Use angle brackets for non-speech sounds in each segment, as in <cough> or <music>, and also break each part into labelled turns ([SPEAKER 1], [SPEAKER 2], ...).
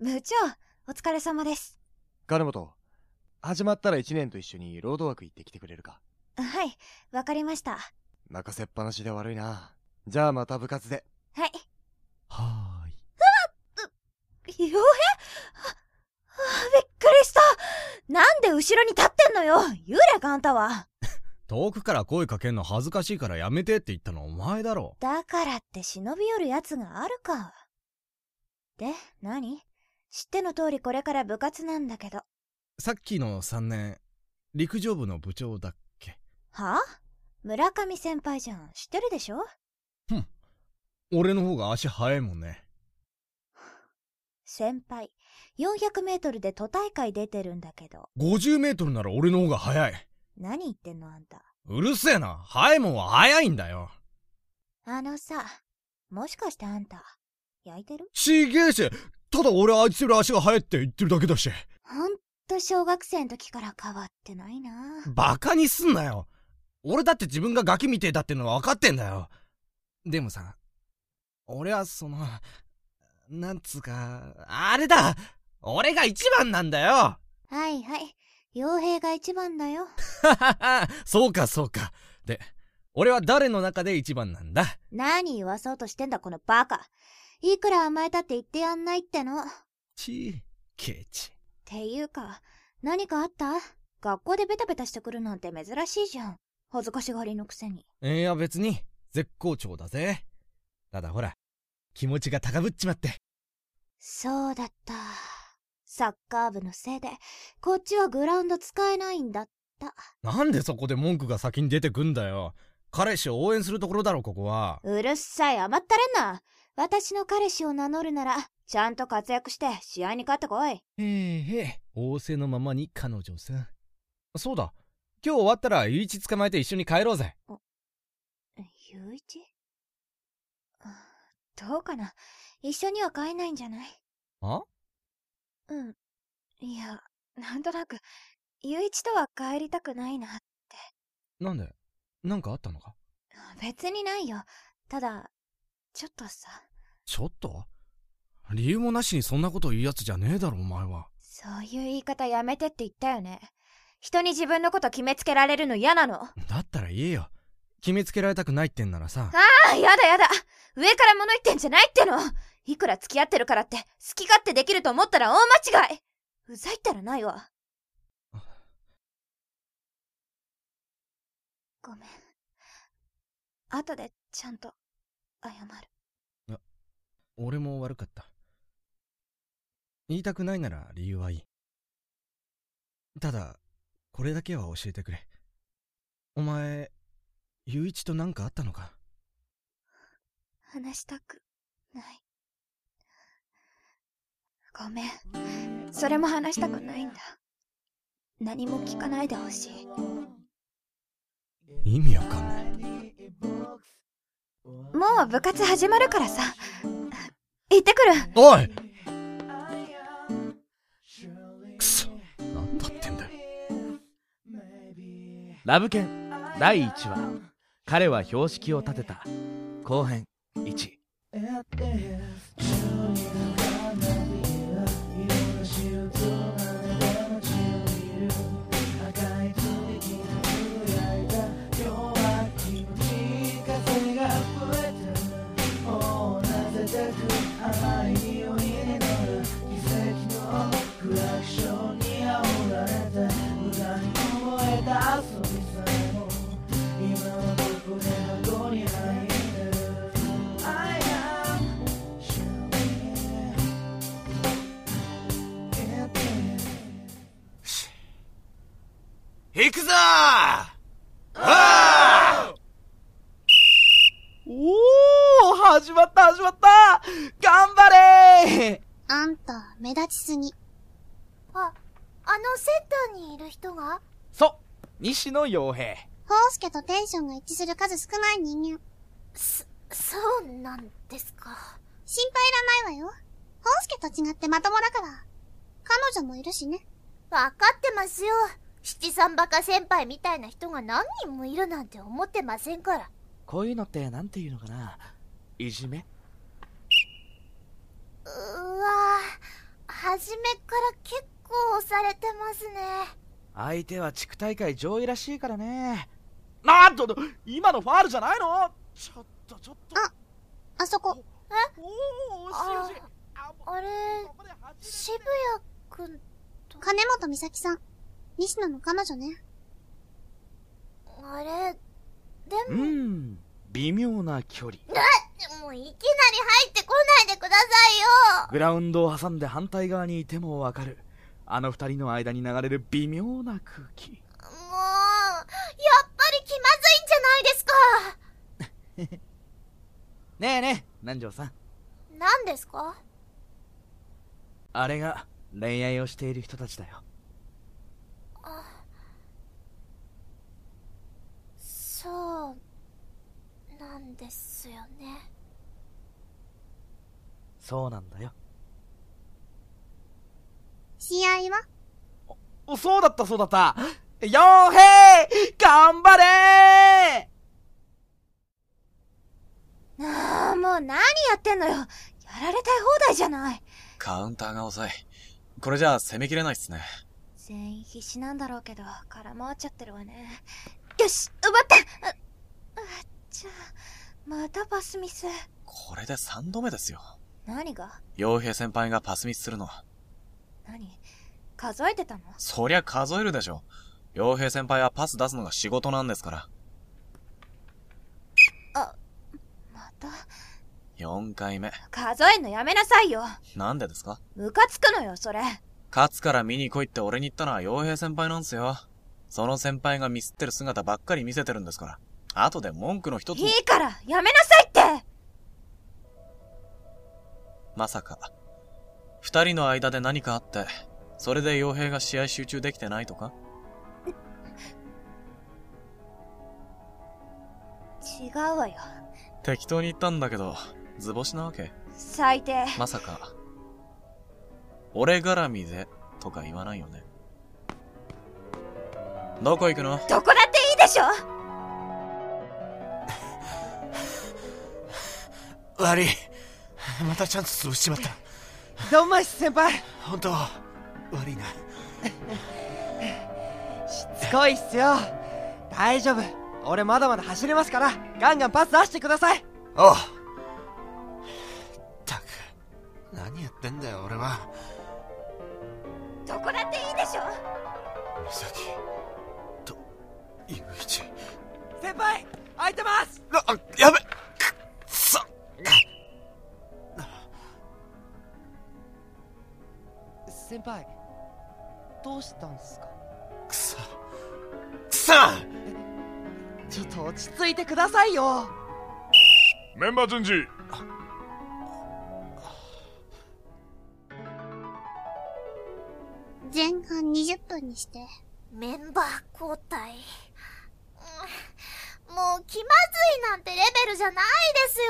[SPEAKER 1] 部長、お疲れ様です。
[SPEAKER 2] 金本、始まったら1年と一緒にロードワーク行ってきてくれるか。
[SPEAKER 1] はい、わかりました。
[SPEAKER 2] 泣かせっぱなしで悪いな。じゃあまた部活で。
[SPEAKER 1] はい。
[SPEAKER 2] はーい。
[SPEAKER 1] 傭兵あ、あびっくりしたなんで後ろに立ってんのよ幽霊かあんたは
[SPEAKER 3] 遠くから声かけんの恥ずかしいからやめてって言ったのお前だろ
[SPEAKER 1] だからって忍び寄るやつがあるか。で、何知っての通りこれから部活なんだけど。
[SPEAKER 3] さっきの3年陸上部の部長だっけ
[SPEAKER 1] はあ村上先輩じゃん。知ってるでしょ
[SPEAKER 3] 俺の方が足早いもんね
[SPEAKER 1] 先輩、400メートルで都大会出てるんだけど。
[SPEAKER 3] 50メートルなら俺の方が早い
[SPEAKER 1] 何言ってんのあんた。
[SPEAKER 3] うるせえな早いもんは早いんだよ
[SPEAKER 1] あのさ、もしかしてあんた、焼いてる
[SPEAKER 3] ちげえしただ俺あいつより足が速いって言ってるだけだし
[SPEAKER 1] ほんと小学生の時から変わってないな。
[SPEAKER 3] バカにすんなよ俺だって自分がガキみてえだってのは分かってんだよでもさ俺はそのなんつうかあれだ俺が一番なんだよ <laughs>
[SPEAKER 1] はいはい。傭兵が一番だよ。
[SPEAKER 3] はははそうかそうか。で、俺は誰の中で一番なんだ
[SPEAKER 1] 何言わそうとしてんだこのバカ。いくら甘えたって言ってやんないっての。っ
[SPEAKER 3] ちケチ。
[SPEAKER 1] ていうか、何かあった学校でベタベタしてくるなんて珍しいじゃん。恥ずかしがりのくせに。
[SPEAKER 3] いや別に、絶好調だぜ。ただほら、気持ちが高ぶっちまって。
[SPEAKER 1] そうだった。サッカー部のせいで、こっちはグラウンド使えないんだった。
[SPEAKER 3] なんでそこで文句が先に出てくんだよ。彼氏を応援するところだろ、ここは。
[SPEAKER 1] うるっさい、甘ったれんな。私の彼氏を名乗るなら、ちゃんと活躍して試合に勝ってこい。
[SPEAKER 3] へえへえ、仰せのままに彼女さん。そうだ、今日終わったら、ゆいち捕まえて一緒に帰ろうぜ。
[SPEAKER 1] ゆういちどうかな一緒には買えないんじゃない
[SPEAKER 3] あ
[SPEAKER 1] うん。いや、なんとなく、ゆういちとは帰りたくないな。
[SPEAKER 3] なんでなんかあったのか
[SPEAKER 1] 別にないよ。ただ、ちょっとさ。
[SPEAKER 3] ちょっと理由もなしにそんなこと言うやつじゃねえだろお前は
[SPEAKER 1] そういう言い方やめてって言ったよね。人に自分のこと決めつけられるの嫌なの。あ
[SPEAKER 3] だったら言えよ決めつけられたくないってんならさ
[SPEAKER 1] あ、やだやだ上から物言ってんじゃないってのいくら付き合ってるからって、好き勝手できると思ったら大間違いうざいったらないわ。ごめん。後でちゃんと謝る。
[SPEAKER 3] 俺も悪かった言いたくないなら理由はいいただこれだけは教えてくれお前ゆういちと何かあったのか
[SPEAKER 1] 話したくない。ごめん。それも話したくないんだ。何も聞かないでほしい。
[SPEAKER 3] 意味わかんない
[SPEAKER 1] もう部活始まるからさ。行ってくる。
[SPEAKER 3] おいくそ何だってんだよ
[SPEAKER 4] ラブ犬第1話彼は標識を立てた後編1
[SPEAKER 5] 行くぞーおお始まった始まった頑張れ
[SPEAKER 6] あんた、目立ちすぎ。あ、あのセンターにいる人が
[SPEAKER 4] そう西野洋平
[SPEAKER 6] ホウスケとテンションが一致する数少ない人間。す、そうなんですか。心配いらないわよ。ホウスケと違ってまともだから。彼女もいるしね。
[SPEAKER 7] わかってますよ。七三バカ先輩みたいな人が何人もいるなんて思ってませんから。
[SPEAKER 4] こういうのってなんていうのかないじめ
[SPEAKER 7] うわぁ、初めから結構押されてますね。
[SPEAKER 5] 相手は地区大会上位らしいからねなんと今のファールじゃないのちょっとちょっと
[SPEAKER 6] ああそこ、
[SPEAKER 5] おお惜しい惜しいあもう
[SPEAKER 7] あれ、
[SPEAKER 5] ここまで走れて
[SPEAKER 7] 渋谷くん、
[SPEAKER 6] 金本美咲さん。西野の彼女ね。
[SPEAKER 7] あれ、で
[SPEAKER 4] う
[SPEAKER 7] も、
[SPEAKER 4] ん微妙な距離
[SPEAKER 7] もういきなり入ってこないでくださいよ
[SPEAKER 4] グラウンドを挟んで反対側にいてもわかるあの二人の間に流れる微妙な空気
[SPEAKER 7] もう、やっぱり気まずいんじゃないですか
[SPEAKER 4] ねえねえ南條さん
[SPEAKER 7] 何ですか
[SPEAKER 4] あれが恋愛をしている人たちだよ
[SPEAKER 7] そう、なんですよね。
[SPEAKER 4] そうなんだよ
[SPEAKER 6] 試合は
[SPEAKER 5] おそうだったそうだった傭兵頑張れ
[SPEAKER 1] ああ、もう何やってんのよ。やられたい放題じゃない。
[SPEAKER 8] カウンターが遅い。これじゃあ攻めきれないっすね。
[SPEAKER 1] 全員必死なんだろうけど、空回っちゃってるわね。よし奪ったあ、あ、じゃあ、またパスミス。
[SPEAKER 8] これで3度目ですよ。
[SPEAKER 1] 何が
[SPEAKER 8] 傭兵先輩がパスミスするのは、
[SPEAKER 1] 何数えてたの
[SPEAKER 8] そりゃ数えるでしょ。傭兵先輩はパス出すのが仕事なんですから。
[SPEAKER 1] また
[SPEAKER 8] 4回目。
[SPEAKER 1] 数えんのやめなさいよ
[SPEAKER 8] なんでですか
[SPEAKER 1] ムカつくのよ、それ。
[SPEAKER 8] 勝つから見に来いって俺に言ったのは傭兵先輩なんすよ。その先輩がミスってる姿ばっかり見せてるんですから。後で文句の一つも
[SPEAKER 1] いいからやめなさいって
[SPEAKER 8] まさか。二人の間で何かあって、それで傭兵が試合集中できてないとか
[SPEAKER 1] 違うわよ。
[SPEAKER 8] 適当に言ったんだけど、図星なわけ。
[SPEAKER 1] 最低。
[SPEAKER 8] まさか、俺絡みでとか言わないよね。どこ行くの
[SPEAKER 1] どこだっていいでしょ
[SPEAKER 9] 悪い。またチャンス潰しちまった。
[SPEAKER 5] ドンマイス先輩
[SPEAKER 9] 本当悪いな。
[SPEAKER 5] しつこいっすよ大丈夫俺まだまだ走れますからガンガンパス出してください
[SPEAKER 9] おう。ったく、何やってんだよ、俺は。
[SPEAKER 1] どこだっていいでしょ
[SPEAKER 9] 美咲と、ゆういち。
[SPEAKER 5] 先輩空いてます
[SPEAKER 9] な、あやべくっそ
[SPEAKER 5] 先輩どうしたんすか
[SPEAKER 9] くそ。くそ
[SPEAKER 5] ちょっと落ち着いてくださいよ
[SPEAKER 10] メンバー順次
[SPEAKER 6] 前半20分にして。
[SPEAKER 7] メンバー交代。うんもう気まずいなんてレベルじゃないですよ。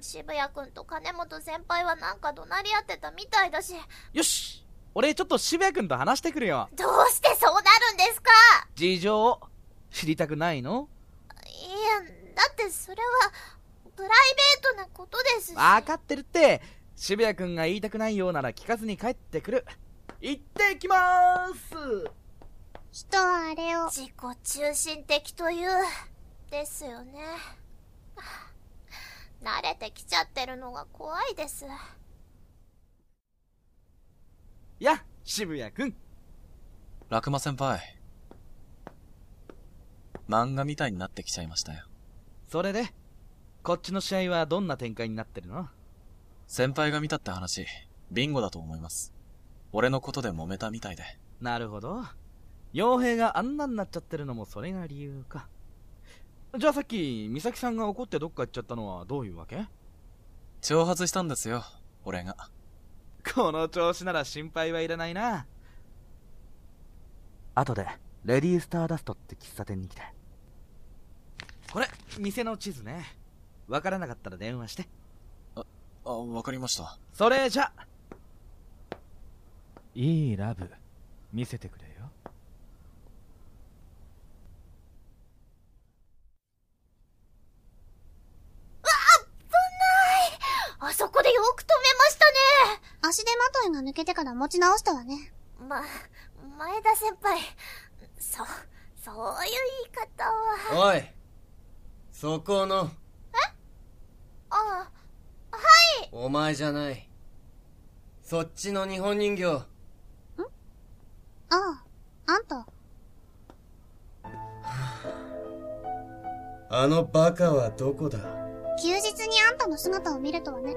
[SPEAKER 7] 渋谷くんと金本先輩はなんか怒鳴り合ってたみたいだし、
[SPEAKER 5] よし俺ちょっと渋谷君と話してくるよ
[SPEAKER 7] どうしてそうなるんですか
[SPEAKER 5] 事情を知りたくないの
[SPEAKER 7] いや、だってそれは、プライベートなことですし。
[SPEAKER 5] 分かってるって渋谷君が言いたくないようなら聞かずに帰ってくる行ってきまーす
[SPEAKER 6] 人はあれを。
[SPEAKER 7] 自己中心的という、ですよね。慣れてきちゃってるのが怖いです。
[SPEAKER 5] や渋谷君
[SPEAKER 8] ラクマ先輩。漫画みたいになってきちゃいましたよ。
[SPEAKER 5] それでこっちの試合はどんな展開になってるの
[SPEAKER 8] 先輩が見たって話、ビンゴだと思います。俺のことで揉めたみたいで。
[SPEAKER 5] なるほど傭兵があんなになっちゃってるのもそれが理由かじゃあさっき美咲さんが怒ってどっか行っちゃったのはどういうわけ
[SPEAKER 8] 挑発したんですよ、俺が。
[SPEAKER 5] この調子なら心配はいらないな
[SPEAKER 4] 後でレディースターダストって喫茶店に来て
[SPEAKER 5] これ店の地図ねわからなかったら電話して
[SPEAKER 8] あ、わかりました。
[SPEAKER 5] それじゃ
[SPEAKER 4] いいラブ見せてくれよ
[SPEAKER 7] あそこでよく止めましたね
[SPEAKER 6] 足手まといが狙抜けてから持ち直したわね。
[SPEAKER 7] ま、前田先輩。そ、そういう言い方は。
[SPEAKER 11] おいそこの、
[SPEAKER 7] ああ、は
[SPEAKER 11] お前じゃない。そっちの日本人形。
[SPEAKER 6] ああ、あんた。
[SPEAKER 11] あのバカはどこだ
[SPEAKER 6] 休日にあんたの姿を見るとはね。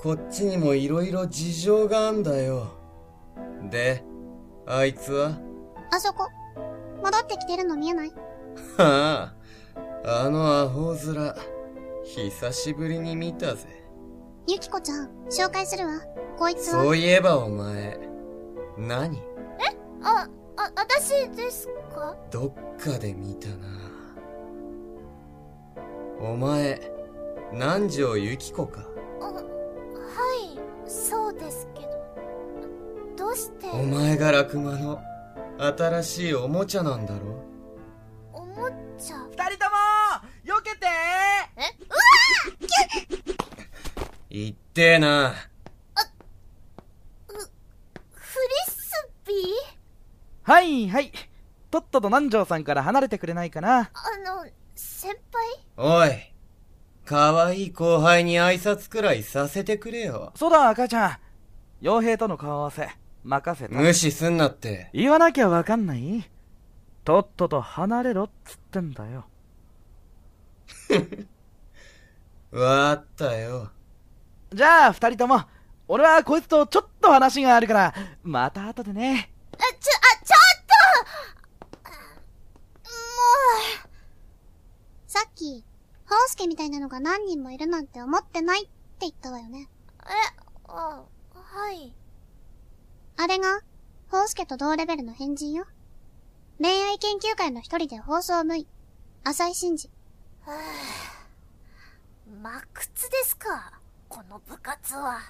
[SPEAKER 11] こっちにもいろいろ事情があんだよ。で、あいつは <laughs>
[SPEAKER 6] あそこ。戻ってきてるの見えない
[SPEAKER 11] はあ、あのアホ面。久しぶりに見たぜ。
[SPEAKER 6] ゆきこちゃん、紹介するわ。こいつは。
[SPEAKER 11] そういえばお前、何
[SPEAKER 7] い。あ、あ、私ですか
[SPEAKER 11] どっかで見たな。お前、南條由紀子か。
[SPEAKER 7] あはい、そうですけど。どうして、
[SPEAKER 11] お前がラクマの新しいおもちゃなんだろ
[SPEAKER 7] おもちゃ。二人
[SPEAKER 5] とも避けて
[SPEAKER 7] え
[SPEAKER 11] 言ってえな。
[SPEAKER 7] フリスビー
[SPEAKER 5] はいはい。とっとと南條さんから離れてくれないかな。
[SPEAKER 7] あの、先輩
[SPEAKER 11] おい、可愛い後輩に挨拶くらいさせてくれよ。
[SPEAKER 5] そうだ、赤ちゃん。傭兵との顔合わせ、任せた。
[SPEAKER 11] 無視すんなって。
[SPEAKER 5] 言わなきゃわかんないとっとと離れろっつってんだよ。
[SPEAKER 11] わかったよ。
[SPEAKER 5] じゃあ、二人とも、俺はこいつとちょっと話があるから、また後でね。
[SPEAKER 7] あ、ちょ、あ、ちょっとも
[SPEAKER 6] さっき、ホウスケみたいなのが何人もいるなんて思ってないって言ったわよね。
[SPEAKER 7] う、え、あ、はい。
[SPEAKER 6] あれが、ホウスケと同レベルの変人よ。恋愛研究会の一人で放送無い。浅井真司。
[SPEAKER 7] はぁ真靴ですかこの部活は。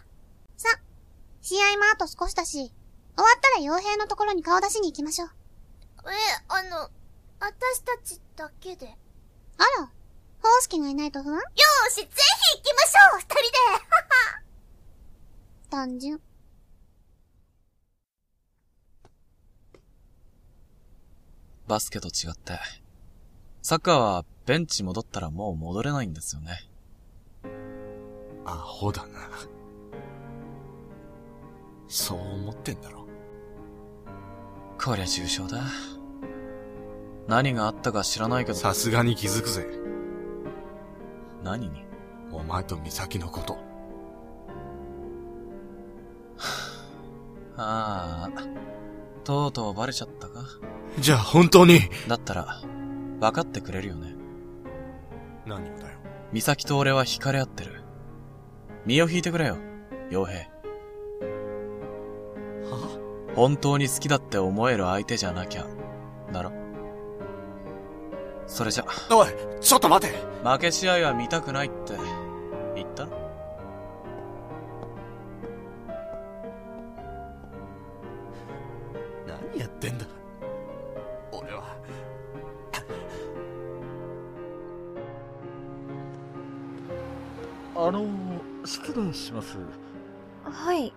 [SPEAKER 6] 試合もあと少しだし、終わったら傭兵のところに顔出しに行きましょう。
[SPEAKER 7] え、あの、私たちだけで。よ
[SPEAKER 6] あら、ホウスケがいないと不安
[SPEAKER 7] ーし、ぜひ行きましょう二人で
[SPEAKER 6] <laughs> 単純。
[SPEAKER 8] バスケと違って、サッカーはベンチ戻ったらもう戻れないんですよね。
[SPEAKER 9] アホだな。そう思ってんだろ。
[SPEAKER 8] こりゃ重症だ。何があったか知らないけど、
[SPEAKER 9] さすがに気づくぜ。
[SPEAKER 8] 何に
[SPEAKER 9] お前と美咲のこと。
[SPEAKER 8] ああ、とうとうバレちゃったか
[SPEAKER 9] じゃあ本当に。
[SPEAKER 8] だったら、分かってくれるよね。
[SPEAKER 9] 何をだよ。
[SPEAKER 8] 美咲と俺は惹かれ合ってる。身を引いてくれよ、傭兵。
[SPEAKER 9] は
[SPEAKER 8] 本当に好きだって思える相手じゃなきゃ、だろそれじゃ、
[SPEAKER 9] おい、ちょっと待て
[SPEAKER 8] 負け試合は見たくないって、言った
[SPEAKER 9] 何やってんだ俺は。
[SPEAKER 12] あの、失礼します。
[SPEAKER 1] はい、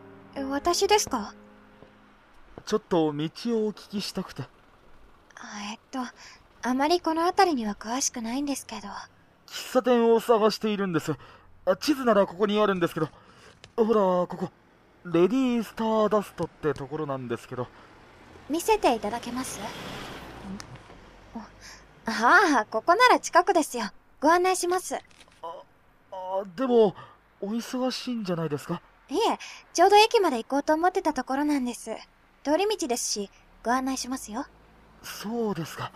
[SPEAKER 1] 私ですか
[SPEAKER 12] ちょっと道をお聞きしたくて。
[SPEAKER 1] あえっと、あまりこの辺りには詳しくないんですけど。
[SPEAKER 12] 喫茶店を探しているんです。あ地図ならここにあるんですけど。ほら、ここ。レディースターダストってところなんですけど。
[SPEAKER 1] 見せていただけますんああ、ここなら近くですよ。ご案内します。い
[SPEAKER 12] あ、でも、お忙しいんじゃないですか
[SPEAKER 1] え、ちょうど駅まで行こうと思ってたところなんです。通り道ですし、ご案内しますよ。
[SPEAKER 12] そうですか。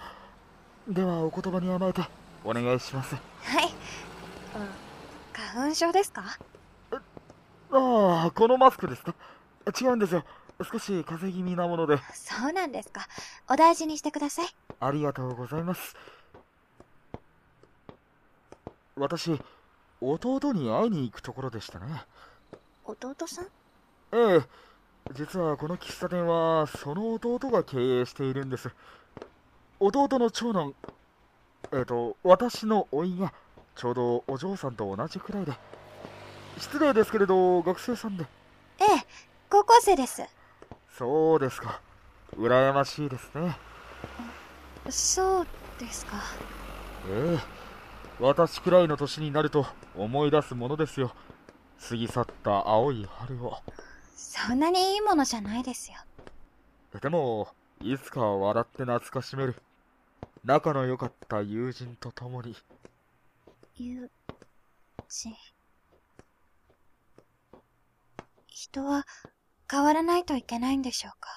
[SPEAKER 12] では、お言葉に甘えて、お願いします。
[SPEAKER 1] はい。あ花粉症ですか
[SPEAKER 12] ああ、このマスクですか違うんですよ。少し風邪気味なもので、
[SPEAKER 1] そうなんですか。お大事にしてください。
[SPEAKER 12] ありがとうございます。私、弟に会いに行くところでしたね。
[SPEAKER 1] 弟さん
[SPEAKER 12] ええ。実はこの喫茶店は、その弟が経営しているんです。弟の長男、えっ、と、私の甥いが、ちょうどお嬢さんと同じくらいで。失礼ですけれど、学生さんで。
[SPEAKER 1] ええ、高校生です。
[SPEAKER 12] そうですか。羨ましいですね。
[SPEAKER 1] そうですか。
[SPEAKER 12] ええ。私くらいの年になると思い出すものですよ。過ぎ去った青い春を。
[SPEAKER 1] そんなにいいものじゃないですよ。
[SPEAKER 12] でも、いつかは笑って懐かしめる。仲の良かった友人と共に。
[SPEAKER 1] 友人。人は変わらないといけないんでしょうか。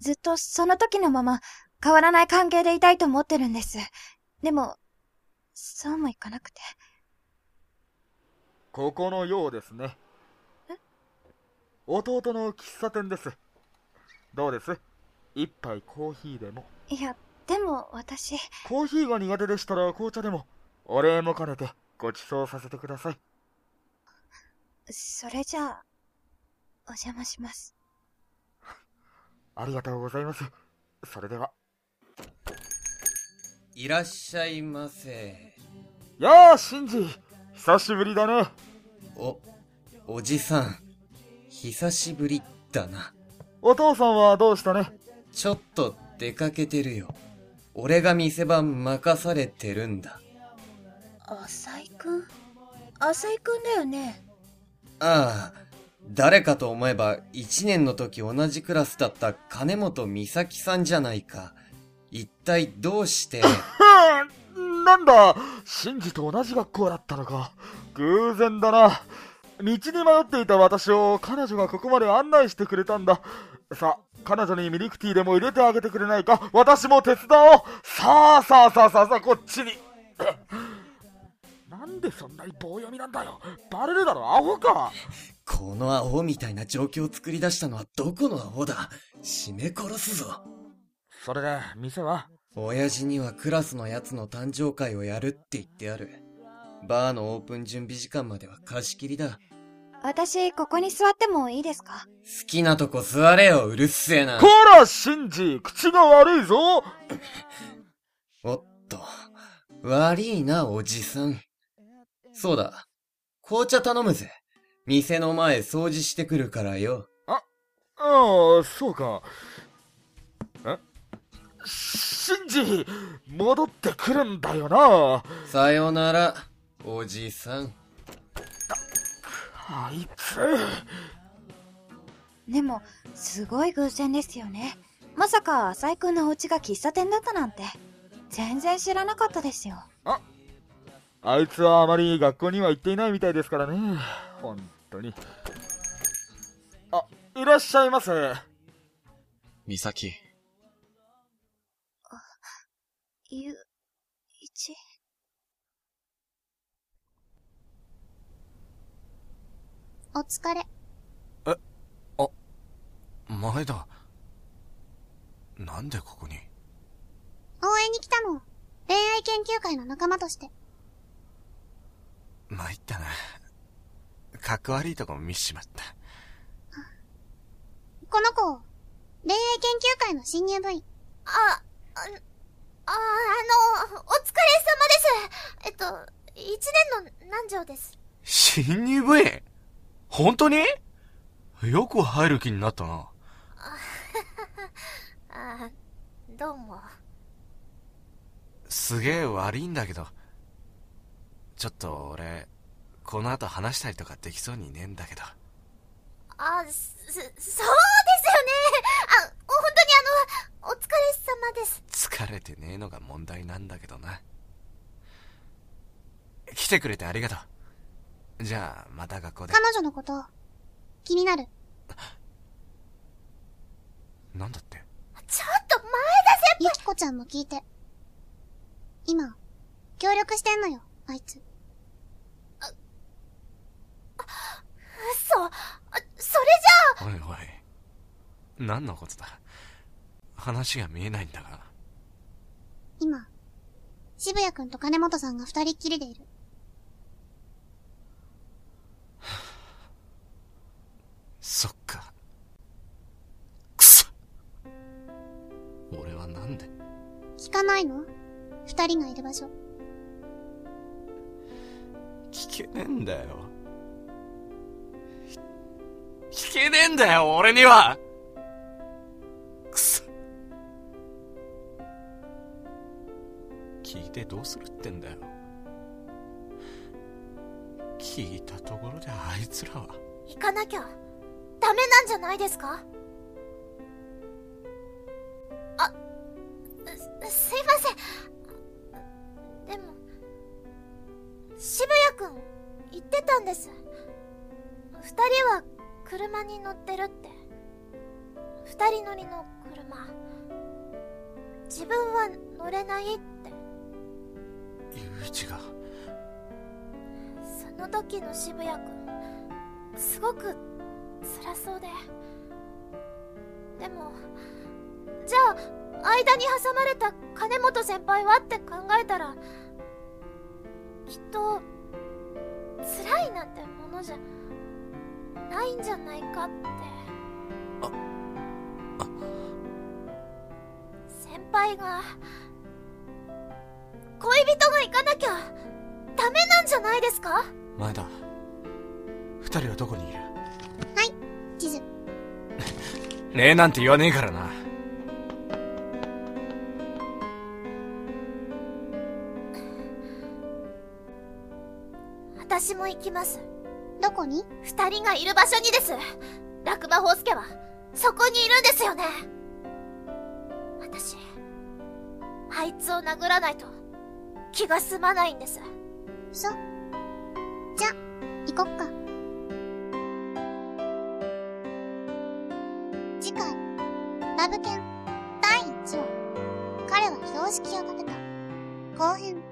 [SPEAKER 1] ずっとその時のまま変わらない関係でいたいと思ってるんです。でも、そうもいかなくて。
[SPEAKER 12] ここのようですね。弟の喫茶店です。どうです一杯コーヒーでも。
[SPEAKER 1] いや、でも私、
[SPEAKER 12] コーヒーが苦手でしたら紅茶でも、お礼も兼ねてご馳走させてください。
[SPEAKER 1] それじゃあ、お邪魔します。
[SPEAKER 12] ありがとうございます。それでは。
[SPEAKER 11] いらっしゃいませ。
[SPEAKER 12] やあ、シンジ、久しぶりだね。
[SPEAKER 11] お、おじさん、久しぶりだな。
[SPEAKER 12] お父さんはどうしたね
[SPEAKER 11] ちょっと出かけてるよ。俺が店番任されてるんだ。
[SPEAKER 13] 浅井くん浅井くんだよね
[SPEAKER 11] ああ、誰かと思えば一年の時同じクラスだった金本美咲さんじゃないか。一体どうして、
[SPEAKER 12] はあなんだ、シンジと同じ学校だったのか。偶然だな。道に迷っていた私を彼女がここまで案内してくれたんだ。さあ、彼女にミルクティーでも入れてあげてくれないか私も手伝おうさあさあさあさあさあ、こっちに。なんでそんなに棒読みなんだよバレるだろ、アホか
[SPEAKER 11] このアホみたいな状況を作り出したのはどこのアホだ締め殺すぞ。
[SPEAKER 12] それで、店は
[SPEAKER 11] 親父にはクラスのやつの誕生会をやるって言ってある。バーのオープン準備時間までは貸し切りだ。
[SPEAKER 1] 私、ここに座ってもいいですか
[SPEAKER 11] 好きなとこ座れよ、うるせえな。
[SPEAKER 12] こら、シンジ口が悪いぞ
[SPEAKER 11] おっと、悪いな、おじさん。そうだ、紅茶頼むぜ。店の前掃除してくるからよ。
[SPEAKER 12] ああ、そうか。えシンジ、戻ってくるんだよな。
[SPEAKER 11] さよなら、おじさん。
[SPEAKER 12] あいつ。
[SPEAKER 1] でも、すごい偶然ですよね。まさか浅井くんのお家が喫茶店だったなんて、全然知らなかったですよ。
[SPEAKER 12] あいつはあまり学校には行っていないみたいですからね。本当に。あ、いらっしゃいませ。
[SPEAKER 8] 美咲、
[SPEAKER 1] ゆ、いち。
[SPEAKER 6] お疲れ。
[SPEAKER 9] 前田。なんでここに
[SPEAKER 6] 応援に来たの。恋愛研究会の仲間として。
[SPEAKER 9] 参ったな。かっこ悪いとこ見しちまった。
[SPEAKER 6] この子、恋愛研究会の新入部員。
[SPEAKER 7] あ、あ、あ、あの、お疲れ様です。えっと、一年の何条です。
[SPEAKER 9] 新入部員本当によく入る気になったな。
[SPEAKER 7] あ、どうも。
[SPEAKER 9] すげえ悪いんだけど。ちょっと俺、この後話したりとかできそうにねえんだけど。
[SPEAKER 7] あ、す、そうですよね。あ、本当にあの、お疲れ様です。
[SPEAKER 9] 疲れてねえのが問題なんだけどな。来てくれてありがとう。じゃあ、また学校で。
[SPEAKER 6] 彼女のこと、気になる。
[SPEAKER 9] なんだって
[SPEAKER 6] ちょっと前田先輩ゆきこちゃんも聞いて。今、協力してんのよ、あいつ。
[SPEAKER 7] 嘘。あそれじゃ
[SPEAKER 9] おいおい。何のことだ話が見えないんだが。
[SPEAKER 6] 今、渋谷くんと金本さんが二人っきりでいる。
[SPEAKER 9] そっか。くそ俺はなんで
[SPEAKER 6] 聞かないの二人がいる場所。
[SPEAKER 9] 聞けねえんだよ。
[SPEAKER 3] 聞けねえんだよ、俺にはくそ。聞いてどうするってんだよ。聞いたところであいつらは。
[SPEAKER 7] 行かなきゃダメなんじゃないですかあすすいませんでも渋谷くん言ってたんです二人は車に乗ってるって二人乗りの車自分は乗れないって
[SPEAKER 3] ゆういちが、
[SPEAKER 7] その時の渋谷くんすごく辛そうででもじゃあ間に挟まれた金本先輩はって考えたらきっと辛いなんてものじゃないんじゃないかって先輩が恋人が行かなきゃダメなんじゃないですか
[SPEAKER 3] 前田。二人はどこにいる
[SPEAKER 14] 地図。
[SPEAKER 3] 礼なんて言わねえからな。
[SPEAKER 7] 私も行きます
[SPEAKER 14] どこに
[SPEAKER 7] 二人がいる場所にです落馬宝助はそこにいるんですよね私あいつを殴らないと気が済まないんです
[SPEAKER 14] そじゃ行こっか次回ラブ犬第1話彼は標識を立てた後編